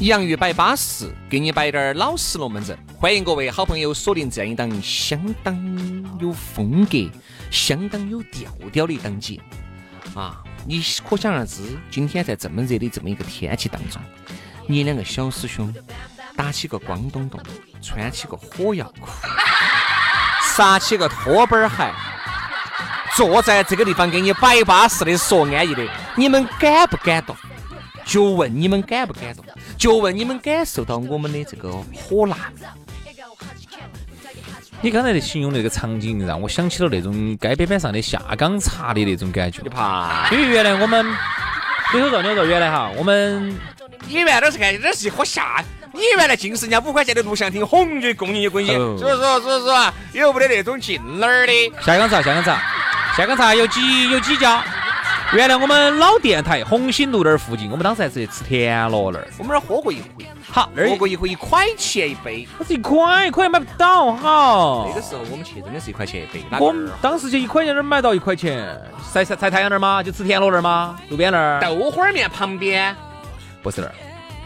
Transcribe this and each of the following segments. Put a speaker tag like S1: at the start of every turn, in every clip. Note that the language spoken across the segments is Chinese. S1: 洋芋摆巴适，给你摆点儿老实龙门阵。欢迎各位好朋友锁定这样一档相当有风格、相当有调调的一档节目啊！你可想而知，今天在这么热的这么一个天气当中，你两个小师兄打起个光东洞，穿起个火药裤， 撒起个拖板儿鞋，坐在这个地方给你摆巴适的说安逸的，你们敢不敢动？就问你们感不感动？就问你们感受到我们的这个火辣？
S2: 你刚才的形容那个场景，让我想起了那种街边边上的下岗茶的那种感觉
S1: 你。怕？
S2: 因为原来我们扭头绕扭绕，原来哈，我们
S1: 你原来是干，这是一喝下。你原来尽是人家五块钱的录像厅，哄就供你一滚去，
S2: 哦
S1: 所以说所以说啊有没得那种劲儿的？
S2: 下岗茶，下岗茶，下岗茶有几有几家？原来我们老电台红星路那儿附近，我们当时还是去吃田螺那儿，
S1: 我们那儿喝过一回，
S2: 好，那儿
S1: 喝过一回一块钱一杯，
S2: 它是一块一块买不到哈
S1: 那。个时候我们去真的是一块钱一杯，哦哪个
S2: 我
S1: 儿
S2: 们当时就一块钱那儿买到一块钱，晒晒晒太阳那儿吗？就吃田螺那儿吗？路边那儿？
S1: 豆花儿面旁边
S2: 不是那儿。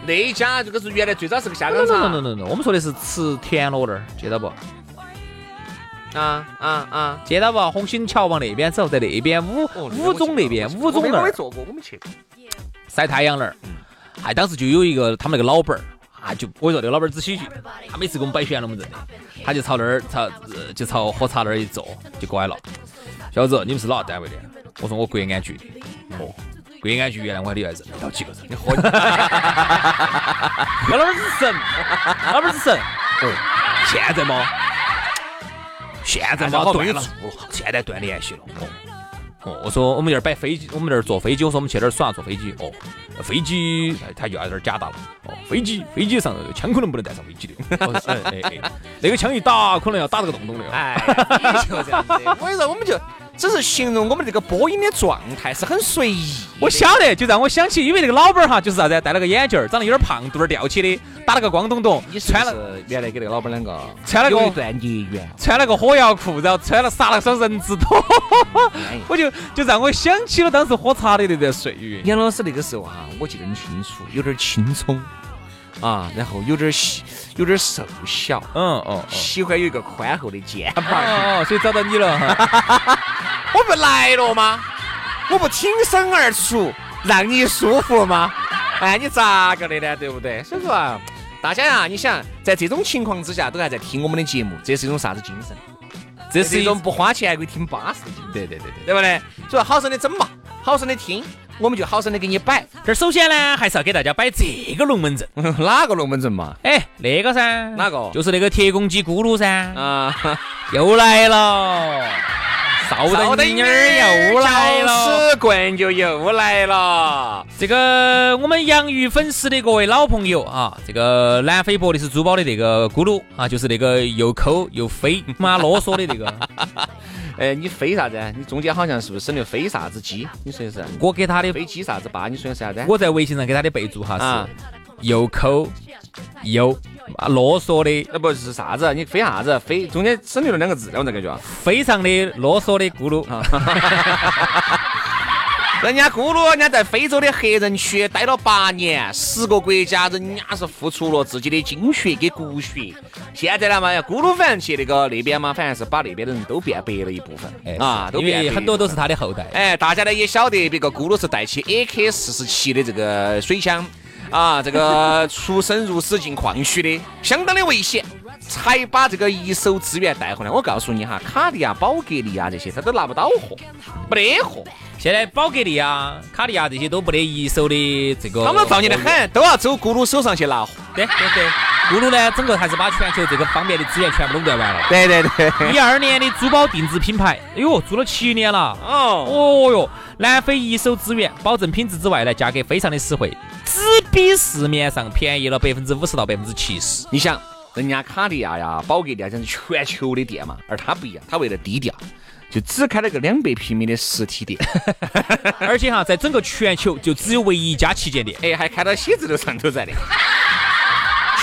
S1: 那一家，这个是原来最早是个下
S2: no no
S1: 岗
S2: no no no
S1: 茶
S2: no，我们说的是吃田螺那儿，记得不？
S1: 啊啊啊！
S2: 见到不？红星桥往那边走，在那边五
S1: 哦
S2: 五中那边，五中那
S1: 我没
S2: 儿
S1: 坐过，我没去过。
S2: 晒太阳那儿。哎，当时就有一个他们那个老板儿，啊，就我说那个老板儿只喜剧，他每次给我们摆悬龙门阵的，他就朝那儿朝呃就朝喝茶那儿一坐就过来了。小子，你们是哪个单位的？我说我国安局的。哦，国安局原来我还里外认得到几个人，你喝。那老板儿是神，老板儿是神。哦，现在嘛，现在嘛断了，现在断联系了。哦。哦，我说我们这儿摆飞机，我们这儿坐飞机，我说我们去那儿耍坐飞机。哦，飞机哎他又有点假打了。哦，飞机飞机上呃枪可能不能带上飞机的，哦 哎哎哎，那个枪一打可能要打这个洞洞的。
S1: 哎，就这样子。 我跟你说，我们就只是形容我们这个播音的状态是很随意。
S2: 我晓得，就让我想起，因为那个老板儿哈，就是啥子，戴了个眼镜儿，长得有点胖，肚儿吊起的，打了个光东东，穿了
S1: 了原来给那个老板两个
S2: 穿了
S1: 有一
S2: 个
S1: 段孽缘，
S2: 穿了个火药裤，然后穿了撒了双人字 拖，我就就让我想起了当时喝茶的那段岁月。
S1: 杨老师那个时候哈、我记得很清楚，有点青葱啊，然后有点细，有点瘦小，
S2: 嗯哦
S1: 喜欢有一个宽厚的肩膀。
S2: 哦哦，所以找到你了 哈。
S1: 我不来了吗？我不挺身而出，让你舒服吗？哎，你咋个的呢？对不对？所以说啊，大家呀、你想在这种情况之下都还在听我们的节目，这是一种啥子精神？这是一种不花钱还可以听巴适的精神，
S2: 对对对对。
S1: 对不对？所以好生的整嘛，好生的听，我们就好生的给你摆。
S2: 这儿首先呢，还是要给大家摆这个龙门阵。
S1: 哪个龙门阵嘛？
S2: 哎，那个噻，
S1: 哪个
S2: 就是那个铁公鸡咕噜噻，
S1: 啊，
S2: 又来了，少
S1: 少
S2: 灯妮儿又来了。
S1: 屎棍就又来了。
S2: 这个我们洋芋粉丝的各位老朋友啊，这个南非伯利斯珠宝的这个咕噜啊，就是那个又抠又飞、妈啰嗦的那 个，
S1: 哎，你飞啥子？你中间好像是不是省略飞啥子鸡？你说的是？啊
S2: 我给他的，
S1: 飞机啥子吧？你说的是啥子？
S2: 我在微信上给他的备注哈
S1: 啊
S2: 是又抠又啊啰嗦的，
S1: 呃，不是啥子？你飞啥子？飞中间省略了两个字，我这个就啊，
S2: 非常的啰嗦的咕噜啊。
S1: 人家咕噜，人家在非洲的黑人区待了八年，十个国家，人家是付出了自己的精血跟骨血。现在呢嘛，咕噜反正去那个那边嘛，反正是把那边的人都变白了一部分，啊，都
S2: 哎因
S1: 变
S2: 为
S1: 白
S2: 很多
S1: 了
S2: 都是他的后代。
S1: 哎，大家呢也晓得，别个咕噜是带起 AK 四十七的这个水枪啊，这个出生入死进矿区的， 相当的危险，才把这个一手资源带回来。我告诉你哈，卡地亚、宝格丽啊这些，他都拿不到货，没得货，
S2: 现在宝格丽啊、卡地亚这些都不得一手的这个，
S1: 他们造孽的。很，都要走咕噜手上去拿货。
S2: 对对对，咕噜呢，整个还是把全球这个方面的资源全部垄断完了。
S1: 对对对，
S2: 一二年的珠宝定制品牌，哎呦，做了七年了。
S1: 哦，
S2: 哦哟，南非一手资源，保证品质之外呢，价格非常的实惠，只比市面上便宜了百分之五十到百分之七十。
S1: 你想，人家卡地亚呀、宝格丽啊，这是全球的店嘛，而他不一样，他为了低调，就只开了个两百平米的实体 店。
S2: 而且哈，在整个全球就只有唯一一家旗舰店，
S1: 哎，还开到写字楼上头在的。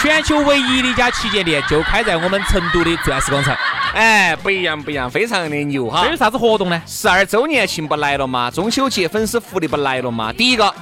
S2: 全球唯一的一家旗舰店就开在我们成都的钻石广场。
S1: 哎，不一样不一样，非常的牛哈
S2: 这！有啥子活动呢？
S1: 十二周年庆不来了吗？中秋节粉丝福利不来了吗？第一个。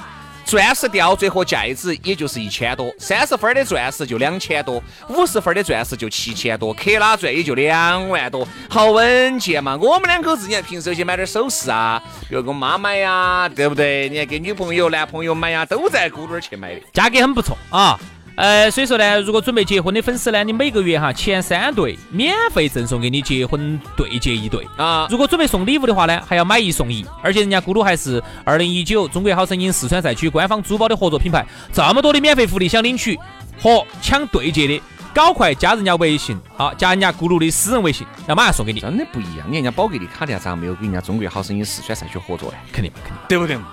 S1: 钻石吊坠和戒指也就是一千多，三十分的钻石就两千多，五十分的钻石就七千多，克拉钻也就两万多，好稳健嘛！我们两口子，你看平时有些买点首饰啊，比如给我妈买呀、对不对？你看给女朋友、男朋友买呀、都在咕噜儿去买的。
S2: 价格很不错啊。呃，所以说呢，如果准备结婚的粉丝呢，你每个月哈前三对免费赠送给你结婚对戒一对
S1: 啊
S2: 如果准备送礼物的话呢，还要买一送一，而且人家咕噜还是二零一九中国好声音四川赛区官方珠宝的合作品牌，这么多的免费福利想领取和抢对戒的，搞快加人家微信，好加人家咕噜的私人微信，那马上送给你，
S1: 真的不一样，你看人家宝格丽卡地亚咋没有跟人家中国好声音四川赛区合作呢？
S2: 肯定肯定。
S1: 对不对嘛？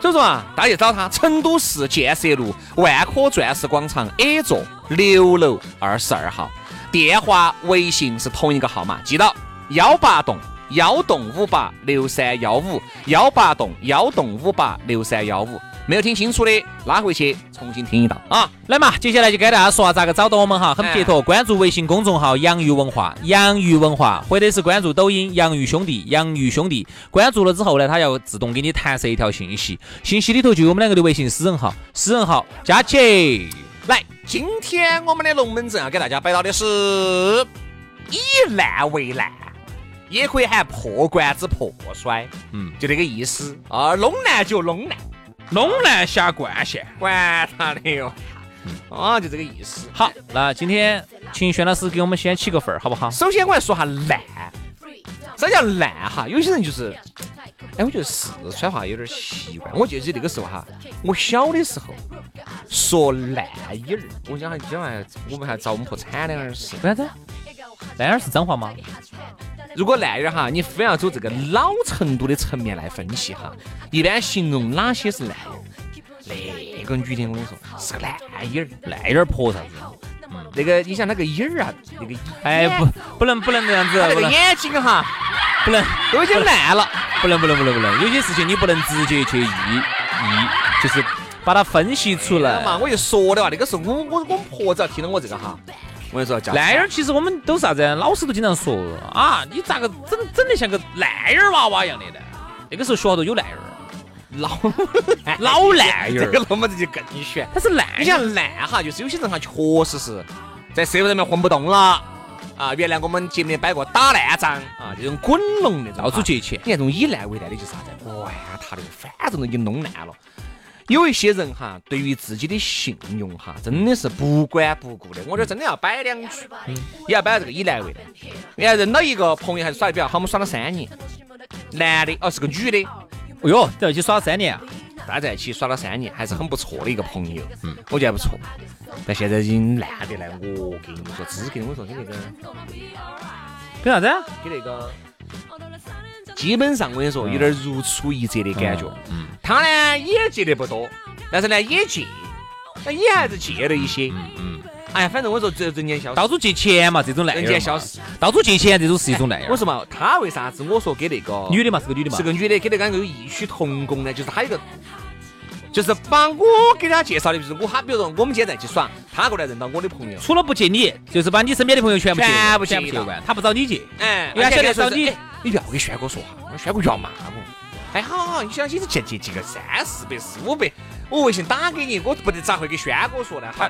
S1: 所以说啊，大家去找他，成都市建设路万科钻石广场 A 座六楼二十二号，电话、微信是同一个号码，记到幺八栋幺栋五八六三幺五，幺八栋幺栋五八六三幺五。没有听清楚的，拉回去重新听一道啊！
S2: 来嘛，接下来就给大家说下咋个找到我们哈，很撇脱，关注微信公众号“洋芋文化”，洋芋文化，或者是关注抖音“洋芋兄弟”，洋芋兄弟。关注了之后呢，它要自动给你弹射一条信息，信息里头就有我们两个的微信私人号，私人号加起。
S1: 来，今天我们的龙门阵啊要给大家摆到的是以烂为烂，也可以喊破罐子破摔，
S2: 嗯，
S1: 就这个意思啊，弄烂就弄烂。
S2: 东南下冠线。
S1: 管他的哟，啊，就这个意思。
S2: 好，那今天请轩老师给我们先起个分儿，好不好？
S1: 首先我来说下烂，啥叫烂哈？有些人就是，哎，我觉得四川话有点奇怪。我记得那个时候哈，我小的时候说烂音儿，我讲还讲还我们还遭我们婆惨的儿事。
S2: 为啥子？那儿是脏话吗？
S1: 如果烂音儿哈，你非要走这个老成都的层面来分析哈，一般形容哪些是烂音？那个女的，我跟你说是个烂音儿，
S2: 那有点婆啥子？
S1: 嗯那个你想那个音儿啊，那个
S2: 哎，不，不能不能这样子，啊
S1: 那
S2: 不
S1: 个
S2: 能
S1: 眼睛哈，
S2: 不能。
S1: 都已经烂了。
S2: 不能不能不能不能，有些事情你不能直接去意意，就是把它分析出来。
S1: 嘛，我就说的话，那个时候我我我婆子要啊听到我这个哈，我跟你说，叫
S2: 烂眼儿其实我们都是啥子啊？老师都经常说啊，你咋个整整得像个烂眼儿娃娃一样的呢？那个时候学校头有烂眼儿，
S1: 老
S2: 老烂眼
S1: 这个
S2: 儿，
S1: 龙门阵就更悬。
S2: 它是烂
S1: 你
S2: 眼儿。
S1: 像烂哈，就是有些人哈，确实是在社会上面混不动了啊。原来我们节目里摆过打烂仗啊，这种滚龙那种，
S2: 到处。借钱，
S1: 你看这种以烂为烂的就是啥子？管他的，反正都已经弄烂了。有一些人哈，对于自己的信用哈，真的是不管不顾的。我这真的要摆两句，也要摆这个以烂为烂。你看认到一个朋友还是耍的比较好，我们耍了三年，男的哦是个女的，
S2: 哎呦，在一起耍了三年啊，
S1: 大家在一起耍了三年，还是很不错的一个朋友，嗯，我觉得还不错。但现在已经烂得来，我跟你说，资格我说跟那个
S2: 跟啥子啊？
S1: 跟那个，基本上我跟你说，有点如出一辙的感觉。嗯，他呢也借的不多，但是呢也借，但也还是借了一些。嗯嗯，哎呀，反正我说这人间消失，
S2: 到处借钱嘛，这种烂眼
S1: 人
S2: 儿嘛
S1: 间消失。
S2: 到处借钱这种是一种烂眼
S1: 我
S2: 儿。
S1: 说嘛，他为啥子我说跟那个
S2: 女的哦嘛，是个女的嘛
S1: 是，个女的，跟那个两个有异曲同工呢，就是她有个，就是把我给她介绍的，就是我她，比如说我们今天在一起耍，她过来认到我的朋友，
S2: 除了不借你，就是把你身边的朋友全部借完，
S1: 全部
S2: 全部
S1: 借
S2: 借
S1: 了
S2: 完，他不找你借。
S1: 哎，
S2: 人家
S1: 而且
S2: 晓得
S1: 说
S2: 找你
S1: 哎你不要跟轩哥说话，我说轩哥要骂我，哎，好好，你想你借借借个三四百、四五百，我微信打给你，我不得咋会给轩哥说呢？好，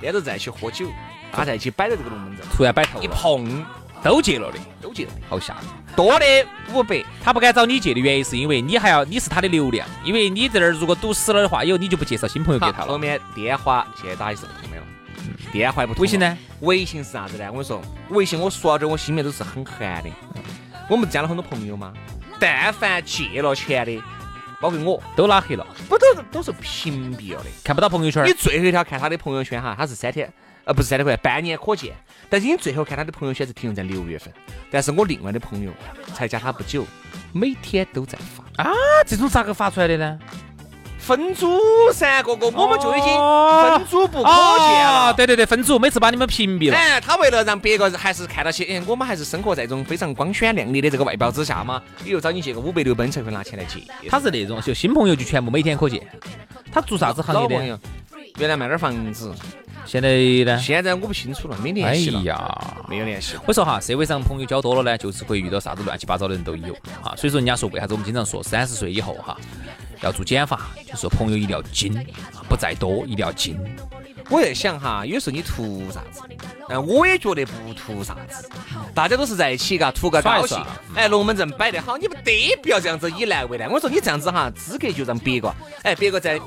S1: 连着在一起喝酒，大家在一起摆了这个龙门阵，
S2: 突然摆头
S1: 一
S2: 了，
S1: 碰
S2: 都借了的，
S1: 都记得，
S2: 好吓人。
S1: 多的五百，
S2: 他不敢找你借的原因是因为你还要你是他的流量，因为你这儿如果堵死了的话，以后你就不介绍新朋友给
S1: 好
S2: 他
S1: 后
S2: 了。嗯
S1: 面电话现在打也是不通的了，电话也不通。
S2: 微信？呢？
S1: 微信是啥子呢？我跟你说，微信我说到这，我心里面都是很寒的。
S2: 嗯
S1: 我们这样的很多朋友嘛，但凡借了钱的，包括我，
S2: 都拉黑了，
S1: 不都是都是屏蔽了的。
S2: 看不到朋友圈
S1: 你。最后一条看他的朋友圈哈，他是三天，呃，不是三天快，半年可见。但是你最后看他的朋友圈是停留在六月份，但是我另外的朋友才加他不久，每天都在
S2: 哦
S1: 发
S2: 那这种咋个发出来的呢？
S1: 分组噻，哥哥，我们就已经
S2: 哦
S1: 分组不可见
S2: 哦
S1: 了。，
S2: 对对对，分组每次把你们屏蔽了。
S1: 哎，他为了让别个还是看到些，哎，我们还是生活在一种非常光鲜亮丽的这个外表之下嘛，你又找你借个五百六百，你才会拿钱来借。
S2: 他是那种就新朋友就全部每天可见。他做啥子行
S1: 老
S2: 业
S1: 朋
S2: 的？
S1: 友，原来卖点房子，
S2: 现在呢？
S1: 现在我不清楚了，没
S2: 哎
S1: 联系了，
S2: 呀，
S1: 没有联系了。
S2: 我说哈，社会上朋友交多了呢，就是会遇到啥子乱七八糟的人都有哈。所以说人家说为啥子我们经常说三十岁以后哈要做减法，就说朋友一定要精，啊不在多，一定要精。
S1: 我在想哈，有时候你图啥子？嗯，我也觉得不图啥子，大家都是在一起嘎，图个高兴
S2: 耍一耍。
S1: 哎，龙门阵摆得好，你不得不要这样子以难为难。我说你这样子哈，资格就让别个，哎，别个在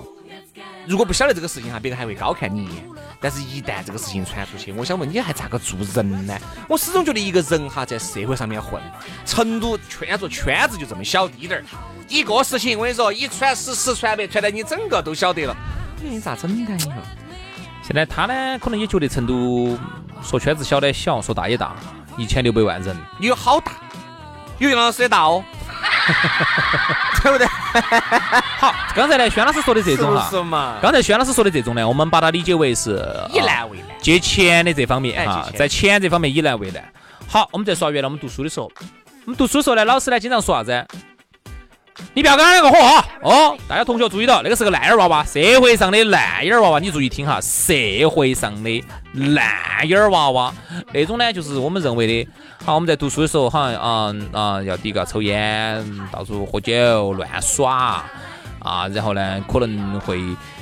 S1: 如果不晓得这个事情哈，别个还会高看你一眼。但是，一旦这个事情传出去，我想问你还咋个做人呢？我始终觉得一个人哈，在社会上面混，成都圈着圈子就这么小滴点儿，一个事情我跟你说，一传十，十传百，传得你整个都晓得了，你咋整的呀？
S2: 现在他呢，可能也觉得成都说圈子小的小，说大也大，一千六百万人，
S1: 你有好大，有杨老师的大 哦，对不对？
S2: 好，刚才呢，轩老师说的这种
S1: 是不
S2: 哈，
S1: 是嘛？
S2: 刚才轩老师说的这种呢，我们把它理解为是
S1: 以
S2: 呃
S1: 难为难，
S2: 借钱的这方面
S1: 哎
S2: 哈
S1: 借，钱
S2: 在钱这方面以难为难。好，我们在说原来我们读书的时候，我们读书的时候呢，老师呢经常说啥子？你不要跟他那个火哈！哦，大家同学注意到，那个是个烂眼娃娃，社会上的烂眼娃娃，你注意听哈，社会上的烂眼娃娃，那种呢就是我们认为的，好，我们在读书的时候，好像啊啊要低个抽烟，到处喝酒乱耍啊，然后呢可能会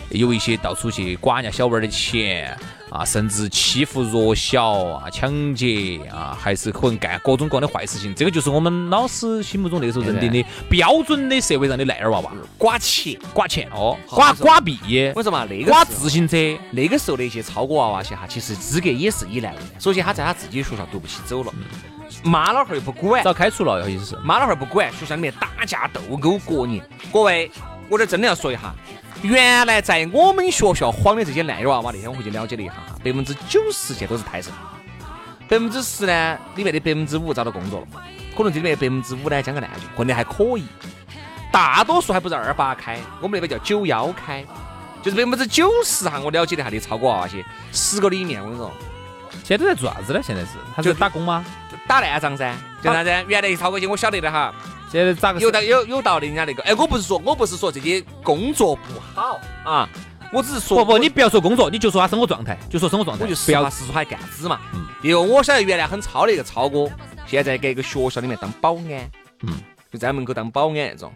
S2: 有一些到处去刮人家小娃儿的钱，啊，甚至欺负弱小啊、抢劫啊，还是可能干各种各样的坏事情。这个就是我们老师心目中那时候认定的标准的社会上的烂眼娃娃，
S1: 刮起。
S2: 刮钱哦，
S1: 好
S2: 刮
S1: 没错
S2: 刮币，
S1: 我说嘛，那个
S2: 刮
S1: 时候
S2: 自行车。
S1: 那个时候的一些超哥娃娃些哈，其实资格也是以难为难。首先他在他自己学校读不起，走了，妈老汉儿又不管，
S2: 遭开除了，好像是。
S1: 妈老汉儿不管，学校里面打架斗殴过年。各位，我这真的要说一下，原来在我们学校晃的这些烂眼娃娃，那天我回去了解了一下哈，百分之九十些都是胎神，百分之十呢，里面的百分之五找到工作了，可能这里面百分之五呢将个烂就混得还可以，大多数还不是二八开，我们那边叫九幺开，就是百分之九十哈，我了解了一下的超过娃娃些，十个里面我跟你说。
S2: 现在在做啥子呢？现在是他
S1: 就是
S2: 打工吗？
S1: 打烂仗噻，就啥子？原来一超过去，我晓得的哈，
S2: 现在咋个是？
S1: 有道有有道理，人家那个，哎，我不是说我不是说这些工作不好啊，我只是说
S2: 不不，你不要说工作，你就说他生活状态，就说生活状态。
S1: 我就
S2: 不
S1: 实话
S2: 要
S1: 实说他干子嘛
S2: 嗯。
S1: 因为我晓得原来很糙的一个超哥，现在在一个学校里面当保安，
S2: 嗯，
S1: 就在门口当保安那种。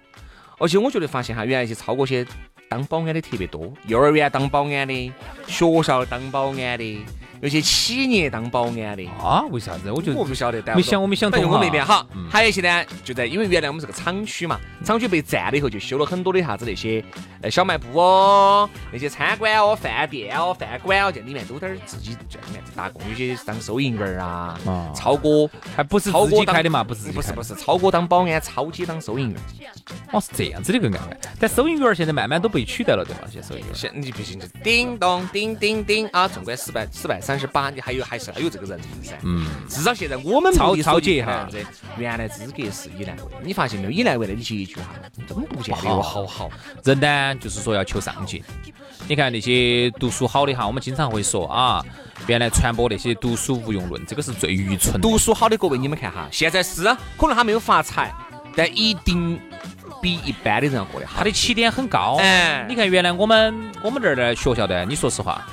S1: 而且我觉得发现哈，原来一些超哥些当保安的特别多，幼儿园当保安的，学校当保安的，有些企业当保安的。
S2: 啊？为啥子？我就
S1: 我不晓得，但
S2: 没想我没想
S1: 反
S2: 通
S1: 正我们那边
S2: 哈
S1: 哈
S2: 嗯，
S1: 还有一些呢，就在因为原来我们是个厂区嘛，厂区被占了以后，就修了很多的啥子那些呃小卖部哦，那些餐馆哦、饭店哦、饭馆哦，在里面都在那儿自己在里面打工，有些当收银员儿啊
S2: 啊，
S1: 超哥，
S2: 还不是
S1: 超
S2: 自
S1: 哥
S2: 己
S1: 当
S2: 开的嘛？不是自己
S1: 不是
S2: 开的
S1: 不是，超哥当保安，超姐当收银员儿。
S2: 哦，是这样子的一个安排。但收银员儿现在慢慢都被取代了，对吧？现在收银员儿。
S1: 现你不行，就叮咚叮叮叮啊，纵观四百四百三十八，你还有还是要有这个人噻。
S2: 嗯，
S1: 至少现在我们
S2: 超
S1: 目的所
S2: 超姐
S1: 及
S2: 哈
S1: 这原来资格是以难为，你发现没有？以难为的你结局哈，真不见得有哎好好。
S2: 人呢，就是说要求上进。你看那些读书好的哈，我们经常会说啊，原来传播那些读书无用论，这个是最愚蠢的。
S1: 读书好的各位，你们看哈，现在是可能他没有发财，但一定比一般的人要过得好
S2: 他。的起点很高。
S1: 哎
S2: 你看原来我们我们这儿的学校呢，你说实话，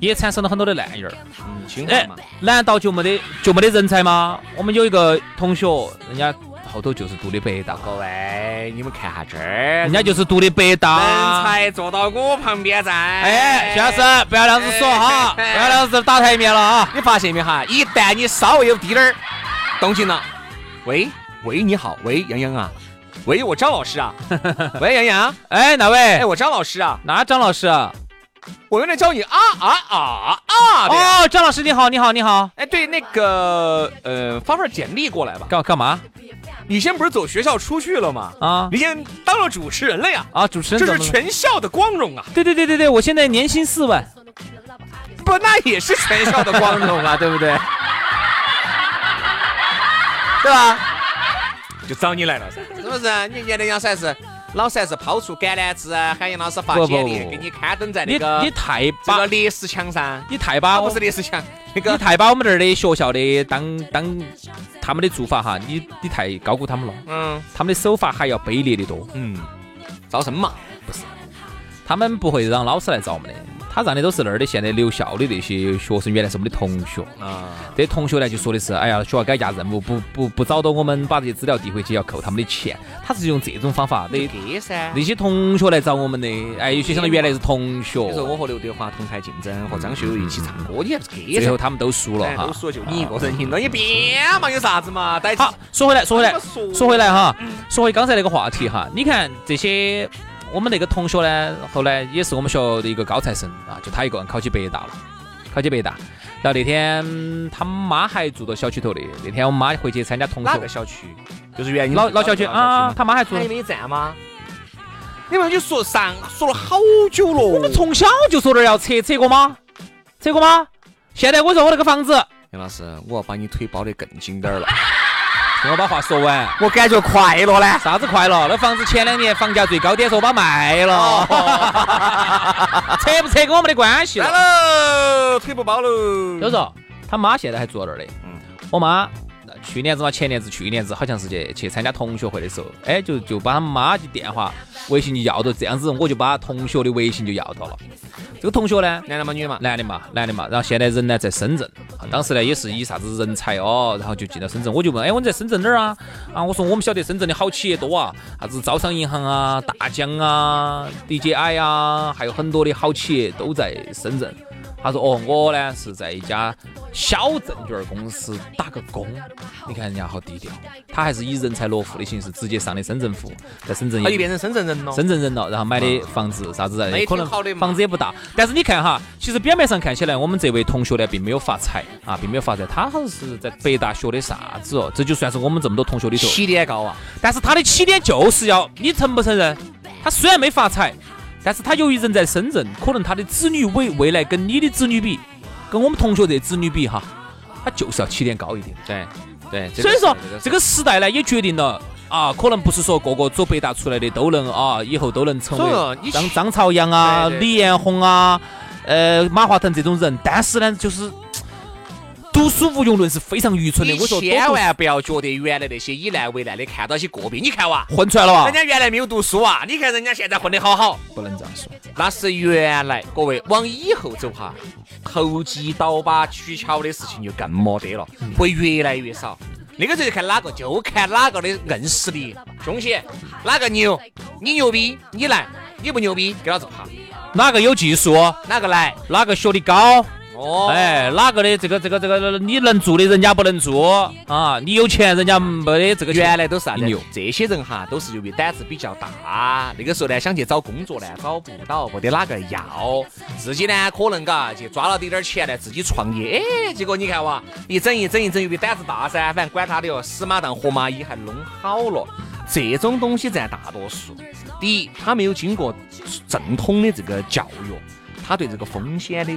S2: 也产生了很多的烂人儿。
S1: 嗯，清华
S2: 哎
S1: 嘛，，
S2: 难道就没得就没得人才吗？我们有一个同学，人家后头就是读的北大，
S1: 各位，你们看下这儿，
S2: 人家就是读的北
S1: 哎人
S2: 大。
S1: 才坐到我旁边站。
S2: 哎，徐老师，不要那样子说哈，不要那样子打台面了啊！
S1: 你发现没哈？一旦你稍微有滴点儿动静了，喂喂，你好，喂杨洋啊，喂我张老师啊，喂杨洋，
S2: 哎，哪位
S1: 哎？我张老师啊，
S2: 哪张老师？哦，
S1: 我有点叫你啊啊啊啊的呀。
S2: 哦张老师你好，你好，你好。
S1: 哎，对，那个呃，发份简历过来吧。
S2: 干干嘛
S1: 你先不是走学校出去了吗？
S2: 啊
S1: 你现在当了主持人了呀，
S2: 啊？主持人
S1: 这
S2: 怎
S1: 是
S2: 么了？
S1: 全校的光荣啊！
S2: 对对对对对，我现在年薪四万，
S1: 不，那也是全校的光荣啊，对不对？对吧？
S3: 就找你来了噻。
S1: 是不是？你年的杨帅是老帅是抛出橄榄枝，喊杨老师发
S2: 不不
S1: 简历，
S2: 不
S1: 给你刊登在
S2: 你
S1: 那个
S2: 你太
S1: 这
S2: 把
S1: 个烈士墙上。
S2: 你太把
S1: 啊，不
S2: 我
S1: 是烈士墙，那
S2: 你
S1: 个
S2: 太把我们这儿的学校的当当他们的做法哈，你你太高估他们了，
S1: 嗯
S2: 他们的手法还要卑劣的多，
S1: 嗯，招生嘛，
S2: 他们不会让老师来找我们的，他让的都是那儿的现在留校的那些学生，原来是我们的同学。
S1: 啊，
S2: 这同学呢就说的是，哎呀，学校改嫁任务不不不找到我们，把这些资料递回去要扣他们的钱，他是用这种方法
S1: 那
S2: 那
S1: 个噻。
S2: 那些同学来找我们的，哎，有些相当于原来是同学，
S1: 比如说我和刘德华同台竞争，和张学友一起唱歌，你还不是给
S2: 最
S1: 噻
S2: 后？他们都输了
S1: 哎
S2: 哈。
S1: 都说就你一个人赢了，你编嘛，有啥子嘛？带
S2: 好，说回来，说回来，
S1: 说
S2: 说回来哈，说回刚才那个话题哈，你看这些我们那个同学呢，后来也是我们学校的一个高材生啊，就他一个人考起北大了，考起北大。然后那天嗯他妈还住到小区头的，那天我妈回去参加同
S1: 哪个
S2: 学，
S1: 小区？就是原
S2: 老老小区啊，他妈还住
S1: 还。没站吗？你们就说上说了好久了。
S2: 我们从小就说这儿要拆，拆过吗？拆过吗？现在我说我那个房子，
S1: 杨老师，我要把你腿包得更紧点儿了。
S2: 听我把话说完。
S1: 我感觉快乐呢。
S2: 啥子快乐？那房子前两年房价最高点时候把卖了， 拆不拆跟我们的关系了。
S1: 喽，腿不包喽
S2: 就是说他妈现在还住在那儿的。
S1: 嗯
S2: 我妈呃去年子嘛，前年子、去年子好像是去去参加同学会的时候，哎，就就把他妈就电话、微信就要到，这样子我就把同学的微信就要到了。这个同学呢，
S1: 男的嘛，女的嘛？
S2: 男的嘛，男的嘛，然后现在人呢在深圳，啊当时呢也是以啥子人才哦，然后就进到深圳，我就问，哎，我们在深圳哪儿啊？啊，我说我们晓得深圳的好企业多啊，啥子招商银行啊、大疆啊、DJI 啊，还有很多的好企业都在深圳。他说哦，我呢是在一家小证券公司打个工，你看人家好低调，他还是以人才落户的形式直接上的深圳户，在深圳
S1: 他
S2: 也
S1: 就啊变成深圳人了。
S2: 深圳人了，然后买的房子啥子
S1: 那也
S2: 的，
S1: 挺
S2: 可能
S1: 好的嘛
S2: 房子也不大。但是你看哈，其实表面上看起来，我们这位同学呢，并没有发财啊，并没有发财。他好像是在北大学的啥子哦，这就算是我们这么多同学里头。
S1: 起点高啊，
S2: 但是他的起点就是要，你承不承认？他虽然没发财，但是他由于人在深圳，可能他的子女未未来跟你的子女比，跟我们同学这子女比哈，他就是要起点高一点。
S1: 对对，这
S2: 所
S1: 个
S2: 以说
S1: 是
S2: 这个时代呢，也决定了啊，可能不是说个个走北大出来的都能啊，以后都能成
S1: 所以说
S2: 为
S1: 你
S2: 张张朝阳啊、
S1: 对对对
S2: 李彦宏啊、呃马化腾这种人，但是呢，就是读书无用论是非常愚蠢的。
S1: 你
S2: 我说多
S1: 千
S2: 读
S1: 万不要觉得原来那些以难为难的看到些个别，你看哇，
S2: 混出来了吧
S1: 人？家原来没有读书啊，你看人家现在混得好好，
S2: 不能这样说，
S1: 那是原来。各位往以后走哈，投机倒把、取巧的事情就更没得了，会越来越少。那个时候就看哪个，就看哪个的硬实力。兄弟，哪个牛，你牛逼，你来；你不牛逼，给老子爬。
S2: 哪个有技术，
S1: 哪个来？
S2: 哪个学历高，
S1: 哦，
S2: 哎，哪个的这个这个这个你能做的人家不能做啊，你有钱人家没得这个钱。
S1: 原来都是啥子
S2: 你牛？
S1: 这些人哈，都是由于胆子比较大，那个时候呢，想去找工作呢，找不到，没得哪个要，自己呢可能嘎去抓了滴点儿钱呢，自己创业， 哎，结果你看哇，一整一整一整，由于胆子大噻，反正管他的哟，死马当活马医还弄好了。这种东西占大多数。第一，他没有经过正统的这个教育，他对这个风险的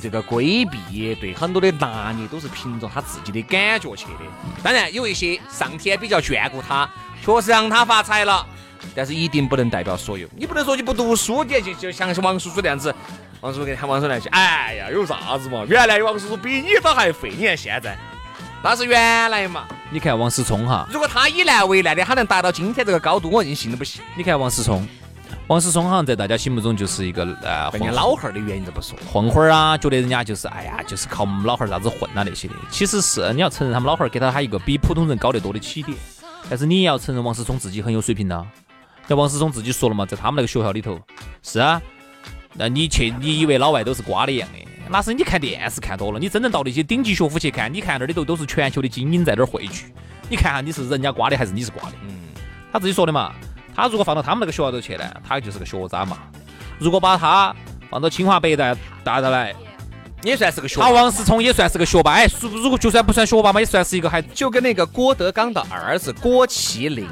S1: 这个规避，对很多的拿捏都是凭着他自己的感觉去的。当然，有一些上天比较眷顾他，确实让他发财了，但是一定不能代表所有。你不能说你不读书，你就就像王叔叔那样子。王叔叔给他王叔来去，哎呀，有啥子嘛？原来王叔叔比你都还废，你看现在，那是原来嘛。
S2: 你看王思聪哈，
S1: 如果他以难为难的，他能达到今天这个高度，我硬信都不信。
S2: 你看王思聪，王思聪好像在大家心目中就是一个呃
S1: 人家
S2: 混
S1: 老汉儿的原因都不说，
S2: 混混儿啊，觉得人家就是哎呀，就是靠我们老汉儿啥子混啊那些的。其实是你要承认他们老汉儿给到他一个比普通人高得多的起点，但是你也要承认王思聪自己很有水平呐、那王思聪自己说了嘛，在他们那个学校里头，是啊，那你去，你以为老外都是瓜的一样的？那是你看电视看多了，你真正到那些顶级学府去看，你看那里头都是全球的精英在那儿汇聚，你看下你是人家瓜的还是你是瓜的？
S1: 嗯，
S2: 他自己说的嘛，他如果放到他们那个学校头去呢，他就是个学渣嘛。如果把他放到清华北大大的来，
S1: 也算是个学
S2: 他王思聪也算是个学霸，哎，如如果就算不算学霸嘛，也算是一个还
S1: 就跟那个郭德纲的儿子郭麒麟，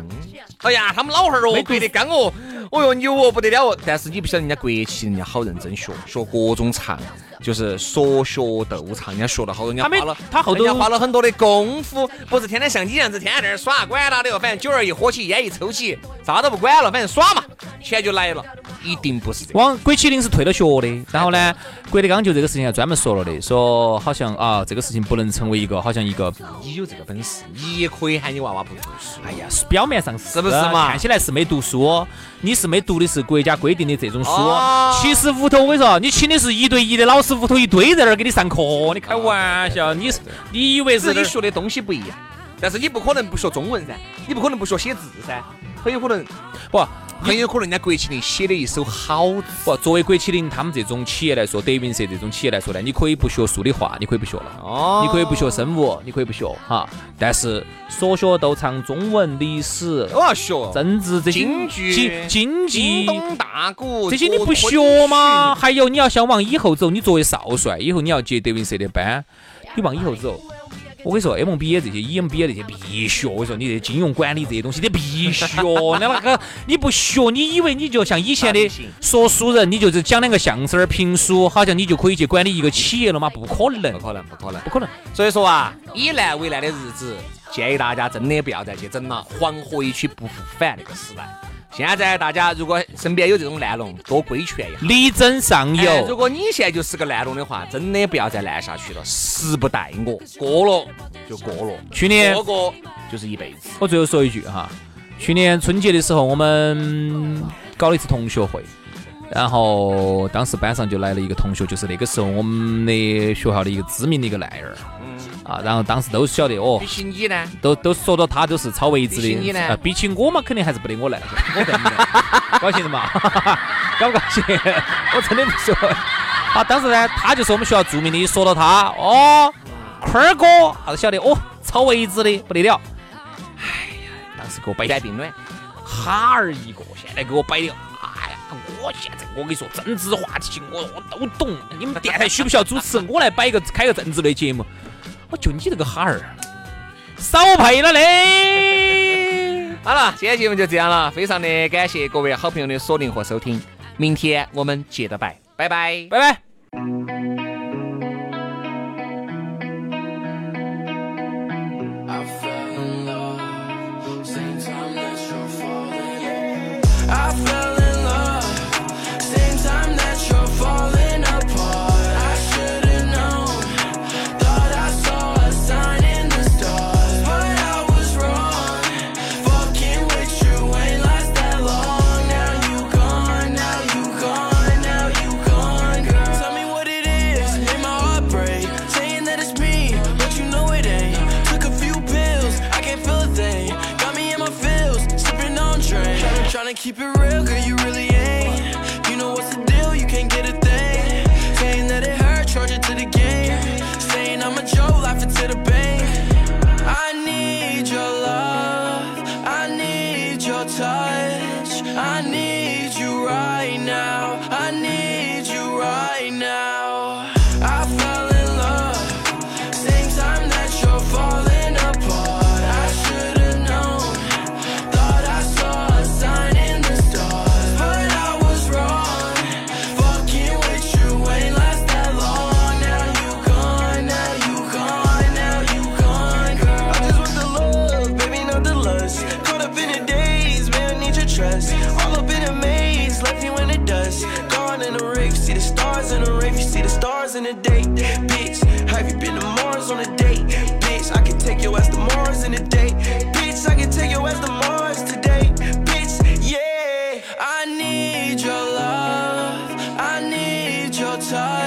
S1: 哎呀，他们老汉儿哦，
S2: 没读
S1: 郭德纲哦，哦哟牛哦，不得了哦。但是你不晓得人家郭麒麟人家好认真学，学各种唱，就是说学逗唱，人家学了好多，人家
S2: 他没
S1: 花了
S2: 他后头
S1: 人家花了很多的功夫，不是天天像你这样子天天在那儿耍，管他的哟，反正酒儿一喝起，哎烟一抽起，啥都不管了，反正耍嘛，钱就来了，一定不是这样。
S2: 王鬼麒麟是退了学的，然后呢，郭德纲就这个事情还专门说了的，说好像啊，这个事情不能成为一个好像一个
S1: 你有这个本事，你也可以喊你娃娃不读书。
S2: 哎呀，是表面上是
S1: 是不是嘛
S2: 看起来是没读书，你是没读的是国家规定的这种书
S1: 哦，
S2: 其实屋头我跟你说，你请的是一对一的老师，屋头一堆在那儿给你上课，你开玩笑，你是你以为
S1: 自
S2: 是
S1: 己学的东西不一样，但是你不可能不学中文噻，你不可能不学写字�噻，很有可能，
S2: 不？
S1: 很有可能人家国庆里写的一手好字
S2: 不，作为国麒麟他们这种企业来说，德云社这种企业来说呢，你可以不学数理化，你可以不学了，啊
S1: 哦
S2: 你可以不学生物，你可以不学哈，但是所学逗唱、中文、历史、
S1: 都要学，
S2: 政治这些
S1: 哦京剧
S2: 经经
S1: 京
S2: 济。
S1: 东大鼓
S2: 这些你不学吗？？还有，你要想往以后走，你作为少帅，以后你要接德云社的班，你往以后走，我跟你说，MBA 这些、EMBA ，E 这些必学。我跟你说，你这金融管理这些东西，你必学。 那那个你不学，你以为你就像以前的说书人，你就是讲两个相声儿评书，好像你就可以去管理一个企业了吗？不可能
S1: 不，可能，不可能。
S2: 不可能。
S1: 所以说啊，以难为难的日子，建议大家真的不要再去整了。黄河一去不复返那个时代，现在大家如果身边有这种烂龙，多规劝一下。
S2: 力争上
S1: 哎如
S2: 游，
S1: 果你现在就是个烂龙的话，真的不要再烂下去了，时不待我，过了就过了，
S2: 去年
S1: 错过就是一辈子。
S2: 我最后说一句哈，去年春节的时候，我们搞了一次同学会，然后当时班上就来了一个同学，就是那个时候我们的学校的一个知名的一个烂人儿
S1: 嗯，
S2: 啊，然后当时都晓得哦
S1: 比。起你呢，
S2: 都都说到他都是抄位置
S1: 比起你
S2: 的，
S1: 呢
S2: 啊，比起我嘛，肯定还是不得我烂，我在你烂，高兴的嘛， 高不高兴？我真的不说。啊，当时呢，他就是我们学校著名的，一说到他，哦，坤儿哥，啊，都晓得哦，抄位置的不得了。哎呀，当时给我摆
S1: 在并卵，
S2: 哈儿一个，现在给我摆的，哎呀，我现在我跟你说，政治话题我我都懂，你们电台需不需要主持？我来摆一个开个政治类节目，我就你这个哈儿，少配了嘞。
S1: 好了，今天节目就这样了，非常的感谢各位好朋友的锁定和收听，明天我们接着拜，拜拜。
S2: 拜拜。
S4: I fell in love, same time that you're falling. I fell in love, same time that you're falling apart. I should've known, thought I saw a sign in the stars, but I was wrong. Fucking with you ain't last that long. Now you gone, now you gone, now you gone, girl. Tell me what it is, made my heart break, saying that it's me, but you know it ain't. Took a few pills, I can't feel a thing. Got me in my feels, sipping on drink. Tryna keep it real, girl, you really ain't. You know what's the deal, you can't get a thing. Saying that it hurt, charge it to the game. Saying I'm a Joe, laughing to the bank. I need your love, I need your touch. I need you right now, I need you right now. I fell in love. Same time that you're falling apart, I should've known. Thought I saw a sign in the stars, but I was wrong. Fucking with you ain't last that long. Now you gone, now you gone, now you gone, girl. I just want the love, baby, not the lust. Caught up in the days, man, I need your trust. All up in a maze, left you in the dust. Gone in a rave, see the stars in a rave, you see the stars in the day, bitch. Have you been to Mars on a date, bitch? I can take your ass to Mars in a day, bitch. I can take your ass to Mars today, bitch. Yeah, I need your love, I need your touch.